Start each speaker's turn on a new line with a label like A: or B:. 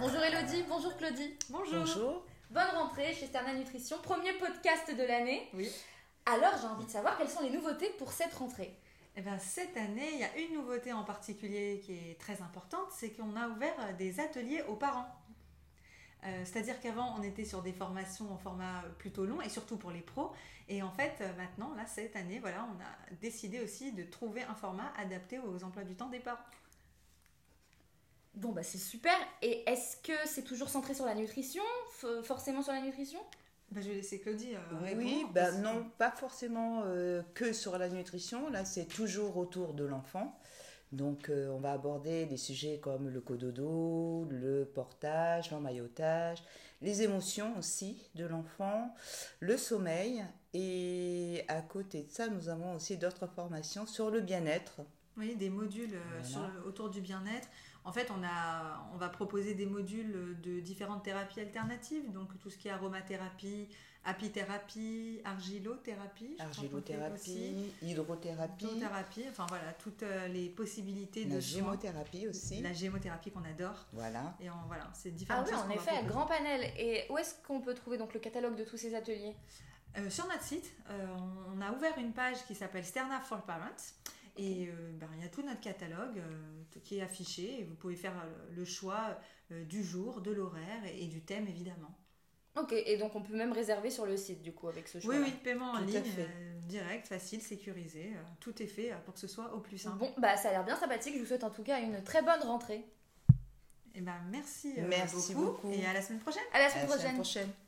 A: Bonjour Elodie, bonjour Claudie.
B: Bonjour.
A: Bonne rentrée chez Cerna Nutrition, premier podcast de l'année.
B: Oui.
A: Alors j'ai envie de savoir quelles sont les nouveautés pour cette rentrée.
B: Eh ben, cette année, il y a une nouveauté en particulier qui est très importante, c'est qu'on a ouvert euh, des ateliers aux parents. Euh, C'est-à-dire qu'avant, on était sur des formations en format euh, plutôt long et surtout pour les pros. Et en fait, euh, maintenant, là, cette année, voilà, on a décidé aussi de trouver un format adapté aux emplois du temps des parents.
A: Bon bah c'est super. Et est-ce que c'est toujours centré sur la nutrition F- Forcément sur la nutrition
B: Ben, je vais laisser Claudie euh,
C: Oui,
B: répondre,
C: bah
B: parce que-
C: non, pas forcément euh, que sur la nutrition. Là, c'est toujours autour de l'enfant. Donc, euh, on va aborder des sujets comme le cododo, le portage, l'emmaillotage, les émotions aussi de l'enfant, le sommeil. Et à côté de ça, nous avons aussi d'autres formations sur le bien-être.
B: Oui, des modules euh,
C: Voilà.
B: sur le- autour du bien-être. En fait, on, a, on va proposer des modules euh, de différentes thérapies alternatives, donc tout ce qui est aromathérapie, apithérapie, argilothérapie, je crois qu'on fait aussi,
C: Argilothérapie, hydrothérapie,
B: lithothérapie, enfin voilà, toutes euh, les possibilités de
C: la
B: soins.
C: gémothérapie aussi.
B: La gémothérapie qu'on adore.
C: Voilà.
B: Et on, voilà, c'est
A: Ah
B: différentes
A: oui,
B: choses
A: en
B: qu'on va
A: effet,
B: proposer.
A: grand panel. Et où est-ce qu'on peut trouver donc le catalogue de tous ces ateliers
B: Euh, sur notre site, euh, on a ouvert une page qui s'appelle Sterna for Parents. Et euh, ben, il y a tout notre catalogue euh, tout- qui est affiché. Et vous pouvez faire euh, le choix euh, du jour, de l'horaire et, et du thème, évidemment.
A: Ok, et donc on peut même réserver sur le site du coup avec ce choix.
B: oui, oui, paiement en
C: Tout à
B: ligne,
C: fait.
B: euh, direct, facile, sécurisé. euh, tout est fait euh, pour que ce soit au plus simple.
A: Bon bah ça a l'air bien sympathique, je vous souhaite en tout cas une très bonne rentrée.
B: Et ben, merci, euh,
C: Merci beaucoup.
B: Et à la semaine prochaine.
A: À la
C: À
A: semaine
C: la semaine
A: prochaine.
C: prochaine.